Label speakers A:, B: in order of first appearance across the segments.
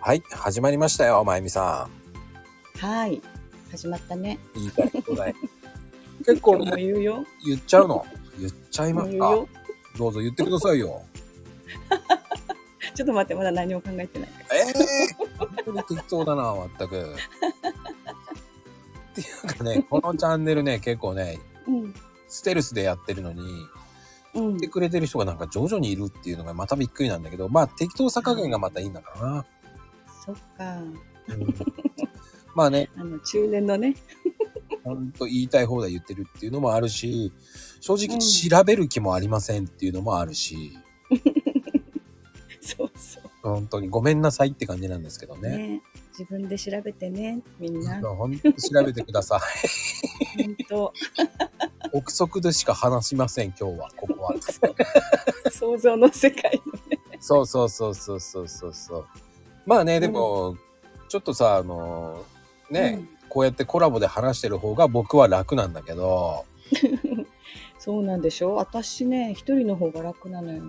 A: はい、始まりましたよ、まゆみさ
B: はい。始まったね。
A: ん。言いたいこと だい。結構
B: 今日も
A: ね、
B: 言うよ。
A: 言っちゃうの。言っちゃい
B: も
A: ま
B: う
A: す
B: 言う
A: か。
B: よ。
A: どうぞ言ってくださいよ。
B: ちょっと待って、まだ何も考えてない。
A: ええー、本当に適当だな、まったく。っていうかね、このチャンネルね、結構ね、
B: うん。
A: ステルスでやってるのに、
B: うん
A: 来て。くれてる人がなんか徐々にいるっていうのがまたびっくりなんだけど、まあ適当さ加減がまたいいんだからな。
B: そっか。
A: うんまあね、
B: あの、中年のね。
A: ほんと言いたい放題言ってるっていうのもあるし、正
B: う
A: 直
B: ん
A: 調べる気もありませんっていうのもあるし、
B: そうそう。
A: 本当にごめんなさいって感じなんですけどね。
B: ね。自分で調べてね、みんな。
A: 本当調べてください。
B: 本当
A: 憶測でしか話しません、今日は、ここは。
B: 想像の世界のね。
A: そうそうそうそうそうそうそう。まあね、でも、ちょっとさ、あのーね、こうやってコラボで話してる方が僕は楽なんだけど、
B: うん。そうなんでしょ私ね、一人の方が楽なのよ。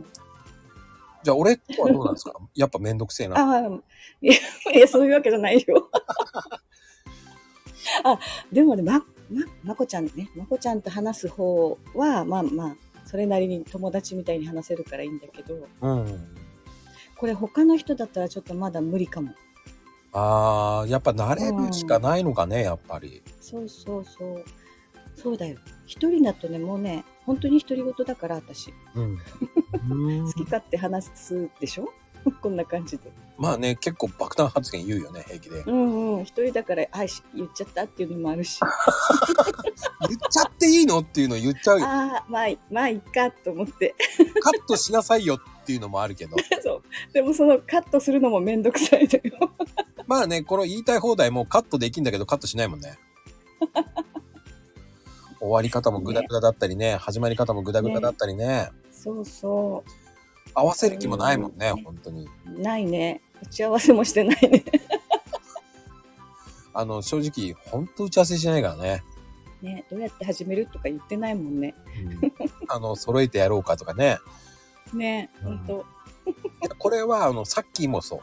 A: じゃあ俺とはどうなんですかやっぱめんどくせえな。
B: ああ、いや、いやそういうわけじゃない よ。あ、でもね、ま、ま、まこちゃんね、まこちゃんと話す方は、まあまあ、それなりに友達みたいに話せるからいいんだけど、
A: うん。
B: これ他の人だったらちょっとまだ無理かも。
A: ああ、やっぱ慣れるしかないのかね、やっぱり。
B: そうそうそう。そうだよ。一人だとね、もうね、本当に独り言だから私、
A: うん。
B: 好き勝手話すでしょ こんな感じで。
A: まあね、結構爆弾発言言うよね、平気で。
B: うんうん、一人だから、あ、し言っちゃったっていうのもあるし、あ
A: 言っちゃっていいのっていうの言っちゃうよ。
B: あー、まあい、まあいっかと思って。
A: カットしなさいよっていうのもあるけど。
B: そう。でもそのカットするのもめんどくさいだよ。
A: まあね、この言いたい放題もカットできんだけどカットしないもんね。終わり方もグダグダだったりね、始まり方もグダグダだったりね、
B: そうそ
A: 合わせる気もないもんね、
B: うん
A: 本当に。
B: う。ないね。打ち合わせもしてないね。
A: あの、正直、本当打ち合わせしないからね。
B: ね、どうやって始めるとか言ってないもんね。
A: うん、あの、揃えてやろうかとかね。
B: ね、
A: う
B: ほ
A: ん
B: んと。
A: いやこれは、あの、さっきもそう。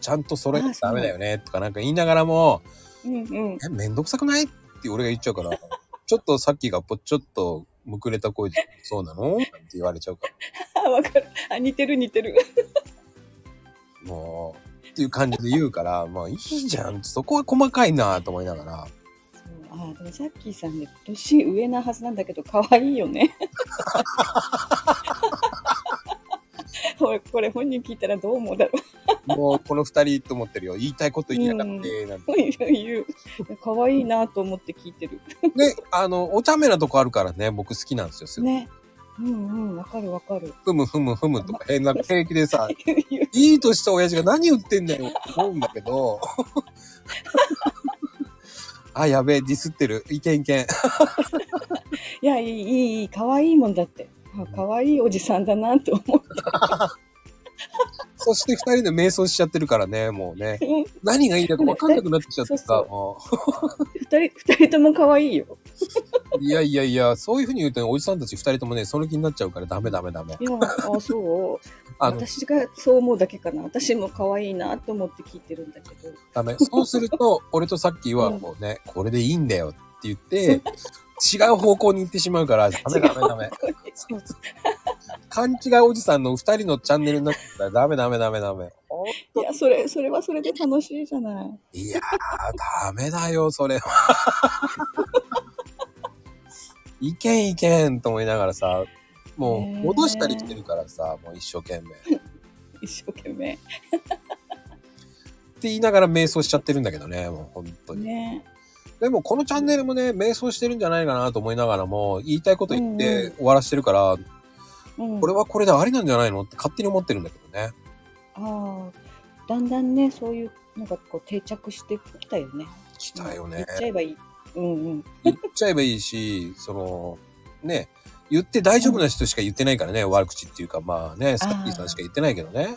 A: ちゃんと揃えなきゃダメだよね、とかなんか言いながらも、
B: うんうん。
A: え、めんどくさくないって俺が言っちゃうから、ちょっとさっきがぽっちょっとむくれた声で、そうなのなんて言われちゃうから、
B: あ、わかる。あ、似てる似てる。
A: もう、っていう感じで言うから、まあいいじゃん。そこは細かいなと思いながら、
B: そうあ、でもザッキーさんね、年上なはずなんだけど、可愛いよね。 ほらこれ本人聞いたらどう思うだろ
A: もうこの二人と思ってるよ。言いたいこと言いやがって、なんて。
B: う言う言ういや可愛いなと思って聞いてる
A: ね、あの、お茶目なとこあるからね、僕好きなんですよ。すごい
B: ねうんうんわかるわかる
A: ふむふむふむとか、変な平気でさ、
B: 言う 言う
A: いいとした親父が何言ってんだよって思うんだけど。 あ、やべえ、ディスってる。いけんいけん。
B: いや、いい、いいいい、可愛いもんだって。あ可愛いおじさんだなと思って。
A: そして二人で瞑想しちゃってるからね、もうね。
B: うん
A: 何がいいんだか分かんなくなってきちゃって
B: そ
A: さ
B: う、そ
A: も
B: 二人、二人とも可愛いよ。
A: う。いやいやいや、そういうふうに言うとね、おじさんたち二人ともね、その気になっちゃうからダメダメダメ
B: い。や、あ、そう。
A: あの、
B: 私がそう思うだけかな。私も可愛いなと思って聞いてるんだけど。
A: ダメ。そうすると、俺とさっきはもうね、これでいいんだよって言って、違う方向に行ってしまうから、ダメダメダメ。
B: そうそう
A: 勘違いおじさんの二人のチャンネルになったらダメダメダメダメ。ほん
B: いや、それ、それはそれで楽しいじゃない。
A: いやー、ダメだよ、それは。 いけんいけんと思いながらさ、もう
B: ねえ
A: 戻したりしてるからさ、もう一生懸命。って
B: 一生懸命。
A: 言いながら瞑想しちゃってるんだけどね、もう本当に。
B: ね。
A: でもこのチャンネルもね、瞑想してるんじゃないかなと思いながらも、言いたいこと言っ
B: うん
A: て
B: う
A: 終わらしてるから、
B: うん。
A: これはこれでありなんじゃないのって勝手に思ってるんだけどね。
B: ああ。だんだんね、そういう、なんかこう定着してきたよね。
A: 来たよ
B: 言
A: ね
B: っ。ちゃえばいい。うんうん。
A: 言っちゃえばいいし、その、ね、言って大丈夫な人しか言ってないからね、悪口っていうか、まあね、さっきさんしか言ってないけどね。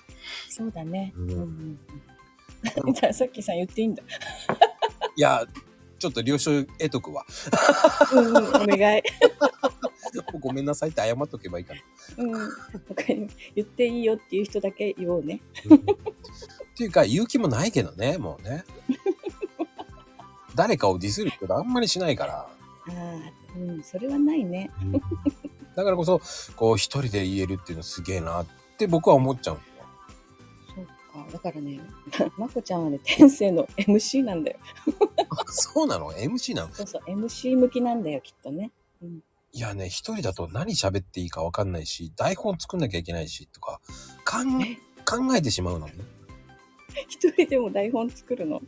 B: そうだね。
A: うん
B: うんうん。 じゃあ、さっきさん言っていいんだ。
A: いや、ちょっと了承得とくわ。
B: うんうん、お願い。
A: ごめんなさいって謝っとけ ばいいかな。
B: うん、わかります言っていいよっていう人だけ言おうね。
A: うんっっていうか、言う気もないけどね、もうね。誰かをディスることあんまりしないから。
B: ああ、うん、それはないね。
A: だからこそ、こう、一人で言えるっていうのすげえなって僕は思っちゃうんですよ。
B: そうか。だから ね、まこちゃんはね、天性の MC なんだよ。
A: あそうなの ?MC なの
B: そうそう、MC 向きなんだよ、きっとね。
A: いやね、一人だと何喋っていいかわかんないし、台本作んなきゃいけないし、とか、考え、考えてしまうのね。
B: 一人でも台本作るの。
A: い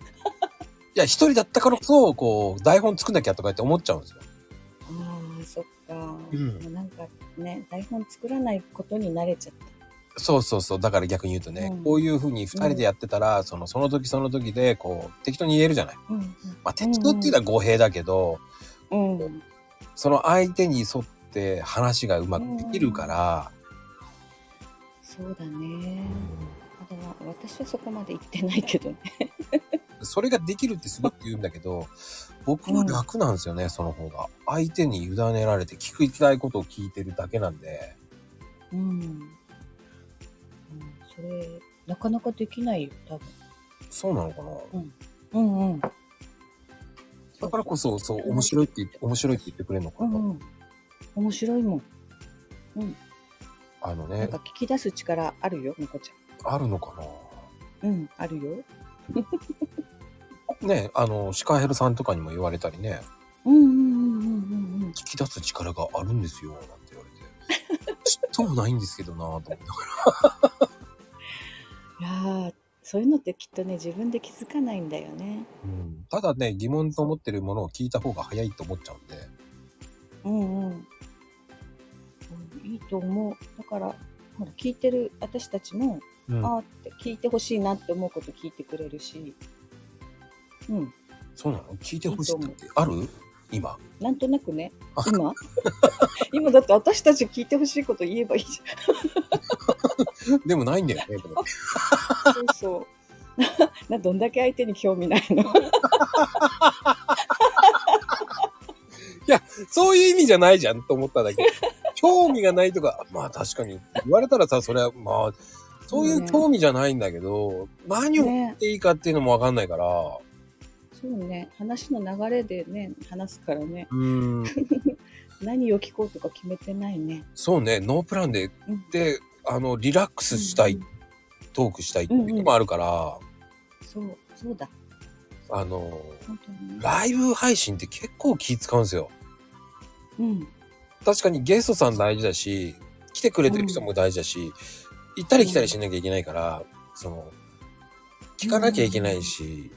A: や、一人だったからこそ、こう、台本作んなきゃとかって思っちゃうんですよ。
B: ああ、そっか。
A: うん
B: もうなんかね、台本作らないことに慣れちゃった。
A: そうそうそう。だから逆に言うとね、
B: うん
A: こういうふうに二人でやってたら、その、その時その時で、こう、適当に言えるじゃない。
B: うん、
A: まあ、適当っていうのは語弊だけど、
B: うん。うん。
A: その相手に沿って話がうまくできるから、
B: そうだね。あとは、私はそこまで行ってないけどね。
A: それができるってすごく言うんだけど、僕は楽なんですよね、その方が。相手に委ねられて、聞きたいことを聞いてるだけなんで。
B: うん。うん、それ、なかなかできないよ、多分。
A: そうなのかな
B: うんうん。
A: だからこそ、そう、
B: うん
A: 面白いって言って、面白いって言ってくれるのか
B: う
A: な、
B: んうん。面白いもん。
A: あの
B: なん
A: ね
B: か、聞き出す力あるよ、まこち
A: あるのかな
B: ゃん。うん、あるよ。
A: ね、あの、シカヘルさんとかにも言われたりね、
B: うんうんうんうんうん
A: 聞き出す力があるんですよ、なんて言われて。 ちっともないんですけどなぁと思って。
B: うん。いやーそういうのってきっとね、自分で気づかないんだよね。
A: うん、ただね、疑問と思ってるものを聞いた方が早いと思っちゃうんで。
B: うんうん。いいと思う。だから、ほら、聞いてる私たちも、
A: うん
B: ああって聞いてほしいなって思うこと聞いてくれるし、うん、
A: そうなの聞いてほしいってある今。
B: なんとなくね
A: あ、
B: 今 今だって私たち聞いてほしいこと言えばいいじ
A: でもないんだよね。これ
B: ゃん。そうそう。 な、どんだけ相手に興味ないの
A: そういう意味じゃないじゃんと思っただ け。興味がないとか、まあ確かに言われたらさ、それはまあ、そういう興味じゃないんだけど、何を言
B: ね
A: っ。ていいかっていうのもわかんないから、
B: そうね。話の流れでね、話すからね。
A: うーん、
B: 何を聞こうとか決めてないね。
A: そうね、ノープランで、
B: うん、
A: で、あの、リラックスしたい、
B: うん
A: トークしたいっていうのもあるから、
B: そう、そうだ。
A: あの、
B: 本当にね。
A: ライブ配信って結構気使うんですよ。
B: うん。
A: 確かにゲストさん大事だし、来てくれてる人も大事だし、行ったり来たりしなきゃいけないから、その、聞かなきゃいけないし、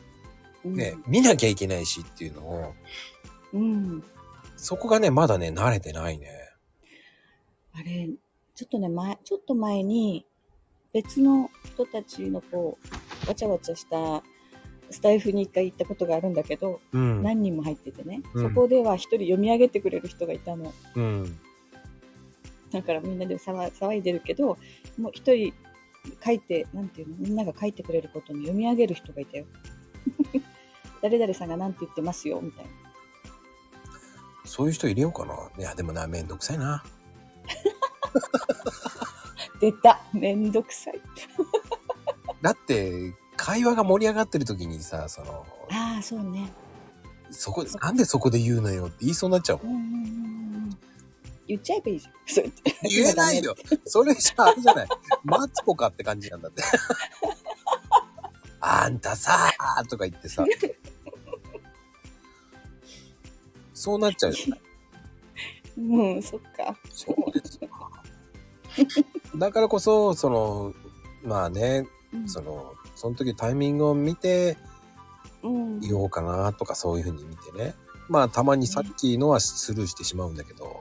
B: うん
A: ね、見なきゃいけないしっていうのを、
B: うん。
A: そこがね、まだね、慣れてないね。
B: あれ、ちょっとね、前、ちょっと前に、別の人たちのこう、わちゃわちゃしたスタイフに一回行ったことがあるんだけど、
A: うん。
B: 何人も入っててね、
A: うん
B: そこでは一人読み上げてくれる人がいたの。
A: うん。
B: だからみんなで騒騒いでるけど、もう一人書いて、なんていうの、みんなが書いてくれることに読み上げる人がいたよ。 誰々さんが何て言ってますよ、みたいな。
A: そういう人入れようかな。いや、でもな、めんどくさいな。
B: 出ためんどくさい。
A: だって、会話が盛り上がってる時にさ、その、
B: ああ、そうね。
A: そこ、
B: そっか
A: なんでそこで言うのよって言いそうになっちゃうも。
B: うんんうんうんうんうん。言っちゃえばいいじゃん。そうやって。
A: 言えないよ。それじゃあれじゃない。マツコかって感じなんだって。 あんたさーとか言ってさ。そうなっちゃうよ。
B: うん、そっか。
A: そうですか。だからこそ、その、まあね、
B: うん
A: その、その時タイミングを見て
B: うん、
A: 言おうかなとかそういうふうに見てね。まあたまにさっきのはスルーしてしまうんだけど。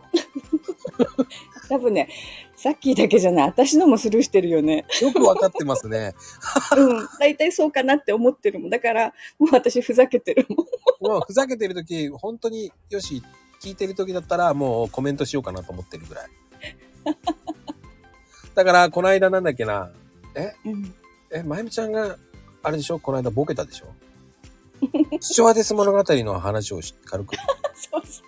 B: 多分ね、さっきだけじゃない、私のもスルーしてるよね。
A: よくわかってますね。
B: うん、大体そうかなって思ってるもん。だから、もう私ふざけてるもん。
A: もうふざけてる時、本当によし、聞いてる時だったらもうコメントしようかなと思ってるぐらい。だから、この間なんだっけな。
B: うん、
A: え、まゆみちゃんが、あれでしょこの間ボケたでしょシチュアデス物語の話をし軽く。
B: そうそ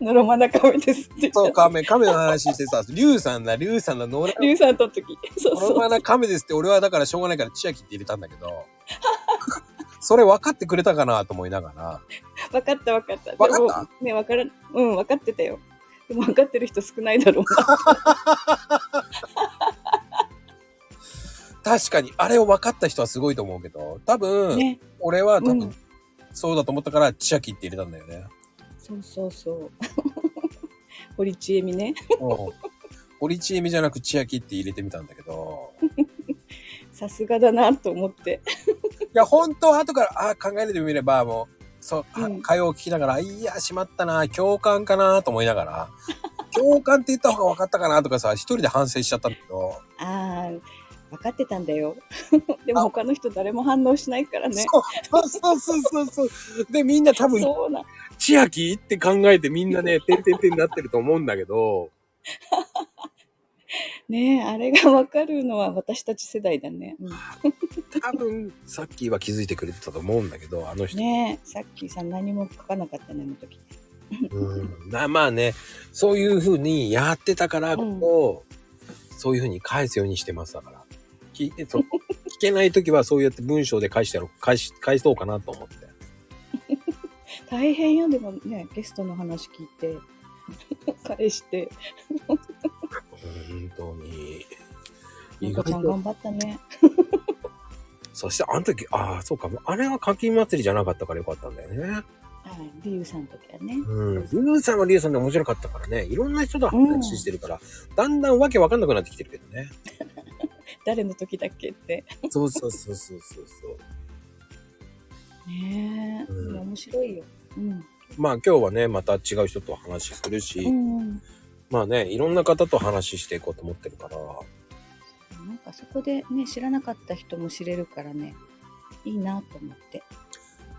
B: う。のろまな顔ですって言った。
A: そう、亀、亀の話してさ、リュウさんだ、リュウさんだ、ノーラ
B: リュウさんとった時。そう
A: この
B: そう。
A: まま亀ですって、俺はだからしょうがないから千秋って入れたんだけど、 それ分かってくれたかなと思いながら、
B: 分かった分かった。
A: 分かった
B: でもね、分からん、うん、分かってたよ。でも分かってる人少ないだろうな。
A: 確かにあれを分かった人はすごいと思うけど、多分、
B: ね。
A: 俺は多
B: う
A: 分
B: ん、
A: そうだと思ったから、千秋って入れたんだよ ね。
B: そうそうそう。 堀ちえみね。
A: うん。堀ちえみじゃなく千秋って入れてみたんだけど、
B: さすがだなと思って。
A: いや、本当は後から、あ考えてみれば、もう、そう、あ
B: うん
A: 会話を聞きながら、いや、しまったな、共感かなと思いながら、共感って言った方が分かったかなとかさ、一人で反省しちゃったんだけど、
B: ああ、分かってたんだよ。 でも他の人誰も反応しないからね。
A: そうそうそうそうそうそう。で、みんな多分、
B: そうな。
A: 千秋って考えてみんなね、てんてんてんになってると思うんだけど、
B: ねえあれが分かるのは私たち世代だね。うん
A: 多分、さっきは気づいてくれてたと思うんだけど、あの人。
B: ねえさっきさん何も書かなかったね、あの時。
A: うん。まあまあね、そういうふうにやってたからこそ、そういうふうに返すようにしてますだから。聞いて、その 聞けないときはそうやって文章で返してやろう、返し、返そうかなと思って。
B: 大変よ、でもね、ゲストの話聞いて、 返して、
A: 本当に。
B: みこちゃん頑張ったね。
A: そしてあの時、ああ、そうか、あれは課金祭りじゃなかったからよかったんだよね。
B: はい、リュウさんの時はね。
A: うん、リュウさんはリュウさんで面白かったからね、いろんな人と話してるから、だんだんわけわかんなくなってきてるけどね。
B: 誰の時だっけって。
A: そうそうそうそうそうそう。
B: ねえ、
A: うん
B: でも面白いよ。うん。
A: まあ今日はね、また違う人と話するし、
B: うん、
A: まあね、いろんな方と話していこうと思ってるから、
B: なんかそこでね、知らなかった人も知れるからね、いいなと思って。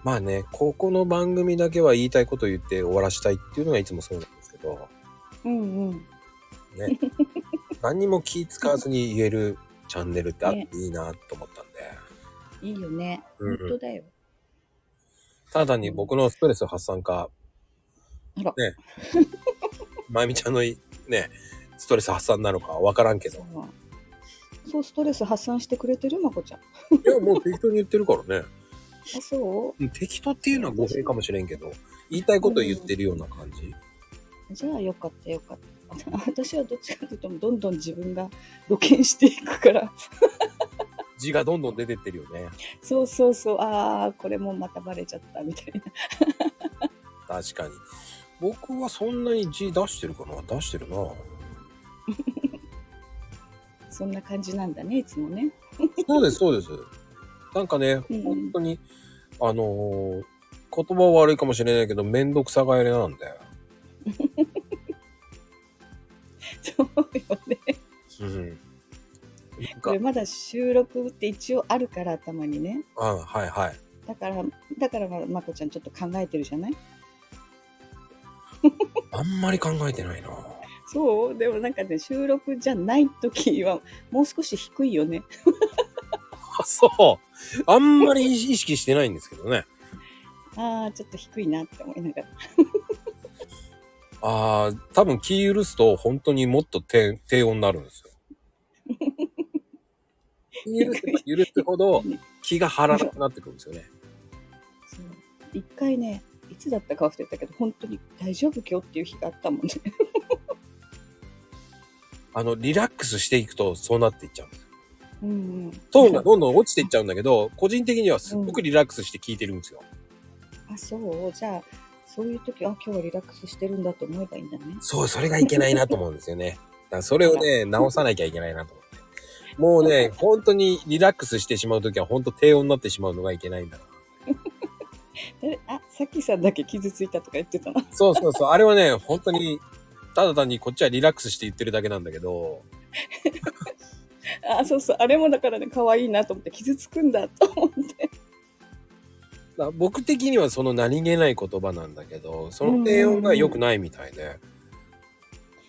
A: まあね、ここの番組だけは言いたいこと言って終わらしたいっていうのがいつもそうなんですけど、
B: うんうん。
A: ね、何にも気使わずに言えるチャンネルってあっていいなと思ったんで、
B: いいよね。
A: うん
B: 本当だよ。
A: ただに僕のストレス発散か、
B: あら、
A: ね まゆみちゃんのいね、ストレス発散なのかわからんけ
B: そ
A: ど、
B: う。そう、ストレス発散してくれてるまこちゃん。あ、
A: いや、もう適当に言ってるからね。
B: そ
A: うん適当っていうのは語弊かもしれんけど、言いたいことを言ってるような感じ。
B: うじゃあよかったよかった。私はどっちかというと、どんどん自分が露見していくから、
A: 字がどんどん出てってるよね。
B: そうそうそう、ああ、これもまたバレちゃったみたいな。
A: 確かに。僕はそんなに字出してるかな出してるな。
B: そんな感じなんだね、いつもね。
A: そうです、そうです。なんかね、
B: うん
A: 本当に、あのー言葉は悪いかもしれないけど、めんどくさがりなんだよ。
B: そうよね。
A: うん。
B: こ
A: が
B: れまだ収録って一応あるから頭にね。
A: あはいはい。
B: だから、だからままこちゃんちょっと考えてるじゃない
A: あんまり考えてないな。
B: そうでもなんかね、収録じゃない時はもう少し低いよね。
A: あ、そう。あんまり意識してないんですけどね。
B: ああ、ちょっと低いなって思いながら。
A: ああ、多分気許すと本当にもっと低低音になるん ですよ。気許せば許すほど気が張らなくなってくるんですよね。
B: そう一回ね、いつだったか忘れたけど、本当に大丈夫今日っていう日があったもんね。
A: あの、リラックスしていくとそうなっていっちゃうんですよ。
B: うんうん。
A: トーンがどんどん落ちていっちゃうんだけど、個人的にはすっごくリラックスして聞いてるんですよ。
B: あ、そう。じゃあ、そういう時、あ、今日はリラックスしてるんだと思えばいいんだね。
A: そう、それがいけないなと思うんですよね。だからそれをね、直さなきゃいけないなと思って。もうね、本当にリラックスしてしまうときは本当低音になってしまうのがいけないんだな。
B: 誰あ、さっきさんだけ傷ついたとか言ってたな。
A: そうそうそう。あれはね、本当に、ただ単にこっちはリラックスして言ってるだけなんだけど、
B: あそうそうあれもだからね可愛いなと思って傷つくんだと思って
A: だ僕的にはその何気ない言葉なんだけど、その低音が良くないみたいで。だか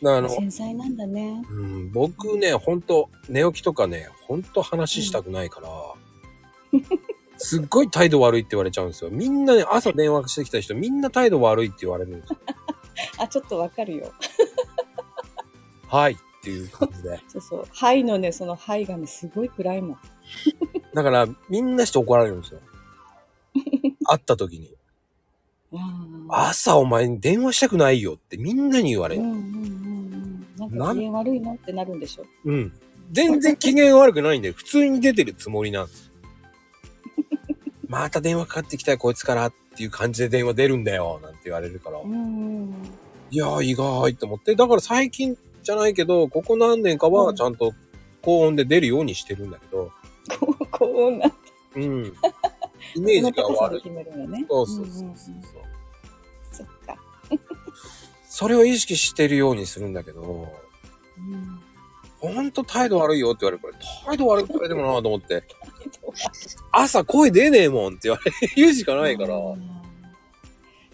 A: らあの、
B: 繊細なんだね
A: うん、僕ね、本当寝起きとかね、本当話したくないから、すっごい態度悪いって言われちゃうんですよ。みんなね、朝電話してきた人、みんな態度悪いって言われるんですよ。
B: あちょっとわかるよ
A: はいっていう感じで。
B: そうそう「はい」のねその「はい」がねすごい暗いもん
A: だから、みんなして怒られるんですよ。会った時に、
B: うん
A: 朝お前に電話したくないよってみんなに言わ
B: う
A: れ
B: んう
A: る。
B: んうんうん。なん
A: な
B: か
A: ん
B: 機嫌悪いなってなるんでしょ。
A: うん。全然機嫌悪くないんで、普通に出てるつもりなんです。また電話かかってきたよ、こいつからっていう感じで電話出るんだよ、なんて言われるから。
B: うんうんうん。
A: いやー、意外と思って。だから最近じゃないけど、ここ何年かは
B: うん
A: ちゃんと高音で出るようにしてるんだけど、
B: こう、こうな、こ
A: うん。イメー
B: の
A: ジが
B: 高さ
A: 悪
B: で
A: い。
B: 決めるのね。
A: そうそうそうそ
B: ん
A: う。
B: んんそっか。
A: それを意識してるようにするんだけど、
B: うん。
A: ほんと態度悪いよって言われるから、態度悪くないでもなと思って、朝声出ねえもんって言われる、 言うしかないから、
B: うん。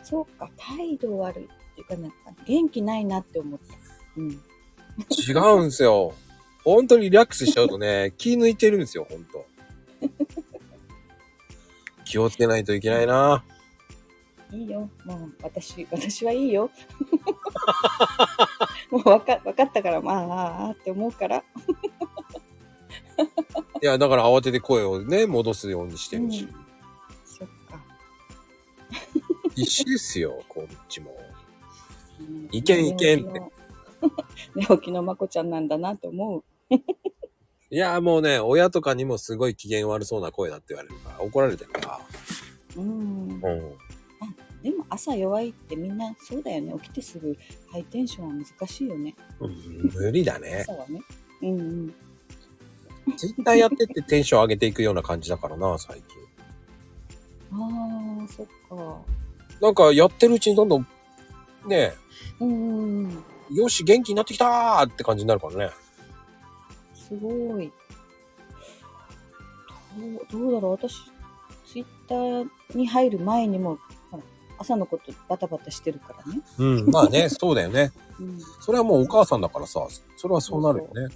B: そうか、態度悪いっていうか、なんか元気ないなって思った。うん。
A: 違うんすよ。ほんとリラックスしちゃうと ね、気抜いてるんですよ、ほんと。気をつけないといけないな。
B: いいよ。もう、私、私はいい よ。もうわか、わかったから、まあ、ああ、ああって思うから。
A: いや、だから慌てて声をね、戻すようにしてるし。
B: そっか。
A: 必死ですよ、 こっちも。
B: うん
A: いけんいけんっ。て
B: 寝起きの 寝起きのまこちゃんなんだなと思う。
A: いや、もうね、親とかにもすごい機嫌悪そうな声だって言われるから、怒られてるか
B: うん。
A: ら。うん。
B: でも朝弱いってみんなそうだよね。起きてすぐハイテンションは難しいよね。
A: うん無理だね。
B: 朝はね。うんうん。
A: ツイッターやってってテンション上げていくような感じだからな、最近。
B: ああ、そっか。
A: なんかやってるうちにどんどん、ね
B: うんうんうん。
A: え、よし、元気になってきたーって感じになるからね。
B: すごい。どうどうだろう私、ツイッターに入る前にも、ほら朝のことバタバタしてるからね。
A: うん、まあね、そうだよね。
B: うん、
A: それはもうお母さんだからさ、それはそうなるよね。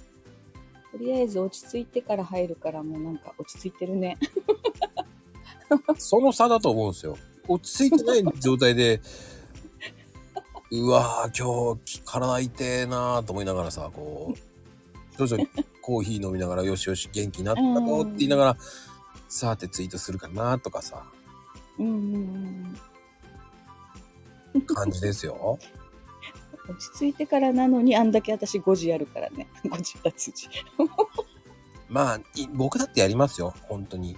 B: とりあえず落ち着いてから入るから、もうなんか落ち着いてるね。
A: その差だと思うんですよ。落ち着いてない状態 で、うわー、今日体痛えなーと思いながらさ、こう、徐々にコーヒー飲みながら、よしよし、元気になったぞって言いながら、さてツイートするかなとかさ、
B: うんうんうん
A: 感じですよ。
B: うん。落ち着いてからなのに、あんだけ私5時やるからね。5時だ、8時。
A: まあ、い僕だってやりますよ、本当に。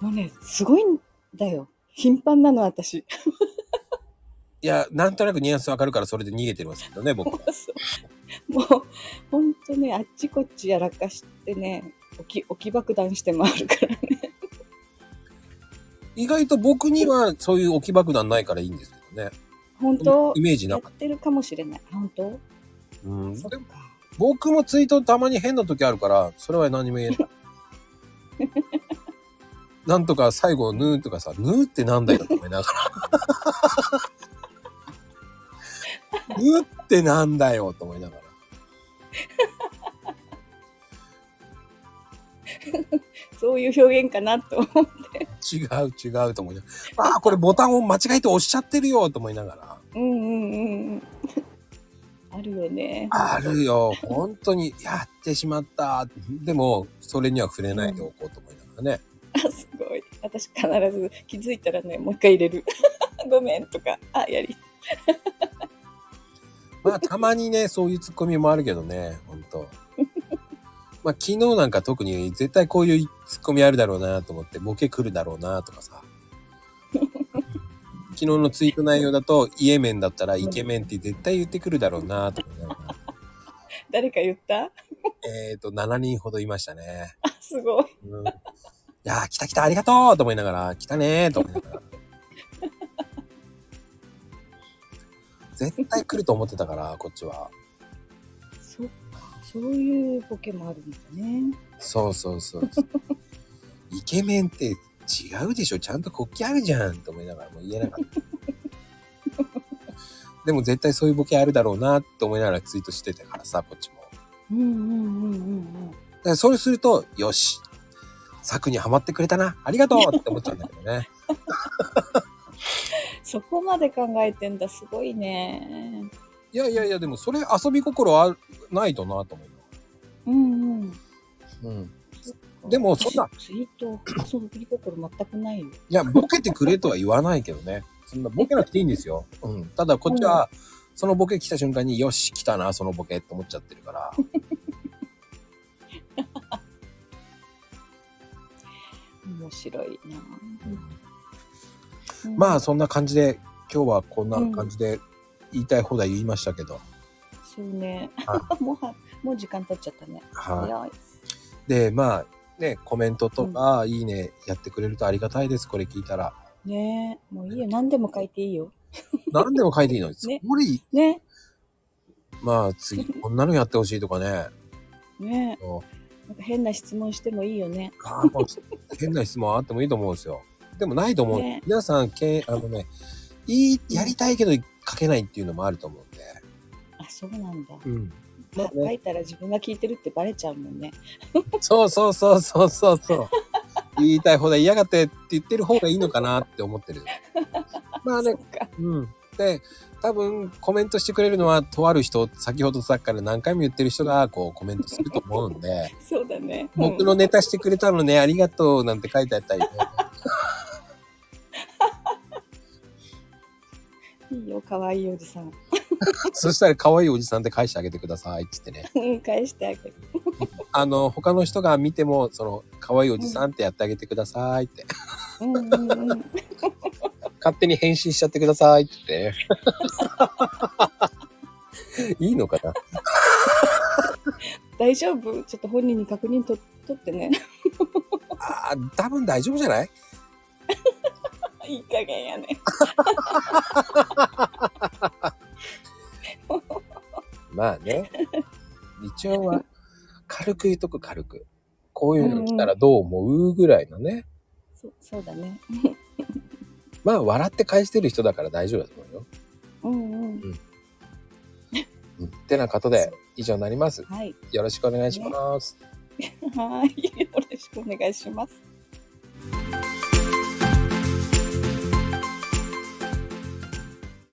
B: もうね、すごいんだよ。頻繁なの、私。
A: いや、なんとなくニュアンスわかるから、それで逃げてますけどね、僕。
B: もうそうもう、ほんとね、あっちこっちやらかしてね、置き置き爆弾して回るからね。
A: 意外と僕にはそういう置き爆弾ないからいいんですけどね。
B: 本当
A: イメージ
B: や
A: な
B: っ
A: かって
B: るかもしれない。本当
A: た。うん。
B: そっ
A: で
B: か
A: も。僕もツイートたまに変な時あるから、それは何も言えない。なんとか最後、ぬーとかさ、ぬーってなんだよと思いながら。ぬーってなんだよと思いながら。
B: そういう表現かなと思う。
A: 違う違うと思いながら。ああー、これボタンを間違えて押しちゃってるよと思いながら。
B: うんうんうんうん。あるよね。
A: あるよ。本当に、やってしまった。でも、それには触れないでおこうと思いながらね。
B: あすごい。私必ず気づいたらね、もう一回入れる。 ごめんとか、あ、やり。
A: まあ、たまにね、そういうツッコミもあるけどね、本当 まあ、昨日なんか特に絶対こういうツッコミあるだろうなと思って、ボケ来るだろうなとかさ。 昨日のツイート内容だと、イエメンだったらイケメンって絶対言ってくるだろうなとか、ね、
B: 誰か言った
A: えっと、7人ほどいましたね。
B: あ、すごい。
A: うん、いやー、来た来た、ありがとうと思いながら、来たねーと思いながら。絶対来ると思ってたから、こっちは。
B: そっか。そういうボケもあるんだね。
A: そうそうそうそう。イケメンって違うでしょ、ちゃんと国旗あるじゃんと思いながらもう言えなかった。でも絶対そういうボケあるだろうなって思いながらツイートしてたからさ、こっちも。
B: うんうんうんうん
A: だからそれすると、よし。策にはまってくれたな。ありがとうって思っちゃうんだけどね。
B: うん。そこまで考えてんだ、すごいね。
A: いやいやいや、でもそれ遊び心はないとなと思いなが
B: うんうん。
A: ら。うん。でもそんな、
B: ツイート、遊び心全くないよ。
A: いや、ボケてくれとは言わないけどね。そんなボケなくていいんですよ。うん。ただこっちは、そのボケ来た瞬間に、よし、来たな、そのボケって思っちゃってるから。
B: 面白いなぁ。
A: まあ
B: そ
A: そんな感じで、今日はこんな感じで言いたい放題言いましたけど。
B: うね。
A: は
B: もうは、もう時間経っちゃったね。
A: はい。
B: 早い。
A: で、まあ、ね、コメントとか、いいね、やってくれるとありがたいです、これ聞いたら。
B: ねえ、もういいよ。何でも書いていいよ。
A: 何でも書いていいのに、
B: ね
A: これいい、
B: ね。
A: まあ 次、こんなのやってほしいとかね。
B: ね
A: あの
B: え。なんか変な質問してもいいよね。
A: あーもう変な質問あってもいいと思うんですよ。でもないと思う。
B: ね
A: 皆さん、けあのね、いい、やりたいけど書けないっていうのもあると思うんで。
B: あ、そうなんだ。
A: うん。まあね
B: 書いたら自分が聞いてるってバレちゃうもんね。
A: そうそうそうそうそう そう。言いたい放題嫌がってって言ってる方がいいのかなって思ってる。まあ
B: そ
A: ね
B: っ、か。
A: うん。で、多分コメントしてくれるのはとある人、先ほどさっきから何回も言ってる人がこうコメントすると思うんで、
B: そうだね。うん
A: 僕のネタしてくれたのね、ありがとうなんて書いてあったりね。
B: いいよ、可愛いおじさん。
A: そしたら可愛いおじさんで返してあげてくださいって言ってね。
B: うん返してあげる。
A: あの、他の人が見ても、その、可愛いおじさんってやってあげてくださいって。
B: うんうん うん。
A: 勝手に返信しちゃってくださいってね。いいのかな
B: 大丈夫ちょっと本人に確認と取ってね。
A: あー多分大丈夫じゃない
B: いい加減やね。
A: まあね。一応は、軽く言うとく軽く。こういうの来たらどう思うぐらいのね。
B: そそうだね。
A: まあ、笑って返してる人だから大丈夫だと思うよ。
B: うんうん。
A: うんってなことで、以上になります。
B: はい。
A: よろしくお願いします。
B: はい。よろしくお願いします。